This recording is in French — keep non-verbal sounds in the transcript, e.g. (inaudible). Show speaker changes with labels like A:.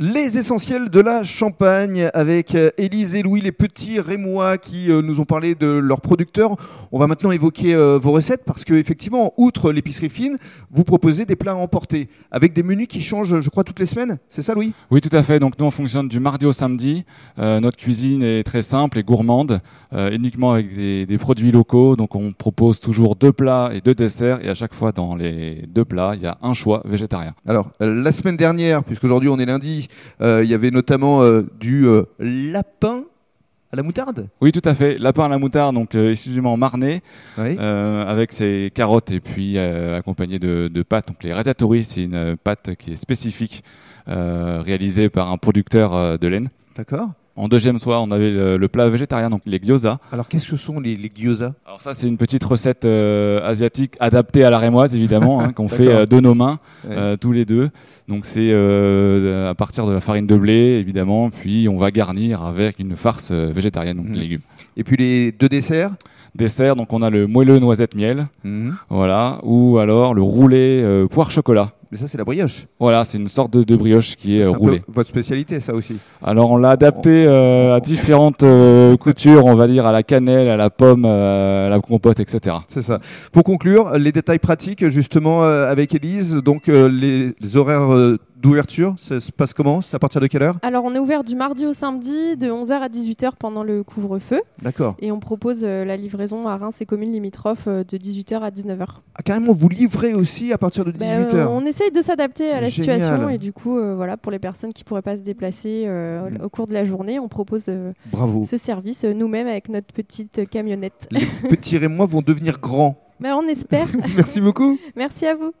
A: Les essentiels de la Champagne avec euh, Élise et Louis, les petits Rémois qui euh, nous ont parlé de leurs producteurs. On va maintenant évoquer euh, vos recettes parce que effectivement, outre l'épicerie fine, vous proposez des plats à emporter avec des menus qui changent, je crois, toutes les semaines. C'est ça, Louis
B: Oui, tout à fait. Donc nous, on fonctionne du mardi au samedi. Euh, notre cuisine est très simple et gourmande, euh, uniquement avec des, des produits locaux. Donc on propose toujours deux plats et deux desserts. Et à chaque fois, dans les deux plats, il y a un choix végétarien.
A: Alors, euh, la semaine dernière, puisqu'aujourd'hui on est lundi, euh, il y avait notamment euh, du euh, lapin à la moutarde.
B: Oui, tout à fait. Lapin à la moutarde, donc euh, exclusivement marnais,
A: Oui.
B: euh, avec ses carottes et puis euh, accompagné de, de pâtes. Donc les ratatouilles, c'est une euh, pâte qui est spécifique, euh, réalisée par un producteur euh, de laine.
A: D'accord.
B: En deuxième soir, on avait le, le plat végétarien, donc les gyozas.
A: Alors, qu'est-ce que sont les, les gyoza
B: Alors ça, c'est une petite recette euh, asiatique adaptée à la rémoise, évidemment, hein, qu'on fait
A: D'accord.
B: euh, de nos mains,
A: Ouais.
B: euh, tous les deux. Donc c'est euh, à partir de la farine de blé, évidemment, puis on va garnir avec une farce euh, végétarienne, donc
A: Mhm.
B: des légumes.
A: Et puis les deux desserts.
B: Dessert, donc on a le moelleux noisette miel,
A: Mhm.
B: voilà, ou alors le roulé euh, poire chocolat.
A: Mais ça, c'est la brioche.
B: Voilà, c'est une sorte de, de brioche qui est,
A: C'est
B: euh,
A: un peu
B: roulée.
A: votre spécialité, ça aussi.
B: Alors on l'a adapté euh, à différentes euh, (laughs) coutures, on va dire à la cannelle, à la pomme, euh, à la compote, etc.
A: C'est ça. Pour conclure, les détails pratiques, justement, euh, avec Elise. Donc, euh, les, les horaires euh, d'ouverture, ça se passe comment C'est à partir de quelle heure
C: Alors, on est ouvert du mardi au samedi de 11h à 18h pendant le couvre-feu
A: D'accord.
C: et on propose euh, la livraison à Reims et communes limitrophes euh, de 18h à 19h.
A: Ah, carrément, vous livrez aussi à partir de 18h.
C: Ben, euh, on essaye de s'adapter à la
A: Bah, Génial.
C: situation et du coup, euh, voilà, pour les personnes qui pourraient pas se déplacer euh,
A: Mm.
C: au cours de la journée, on propose euh, (laughs)
A: Bravo.
C: ce service euh, nous-mêmes avec notre petite euh, camionnette.
A: Les petits et moi vont devenir grands. (laughs)
C: Ben, on espère.
A: Merci beaucoup.
C: Merci à vous.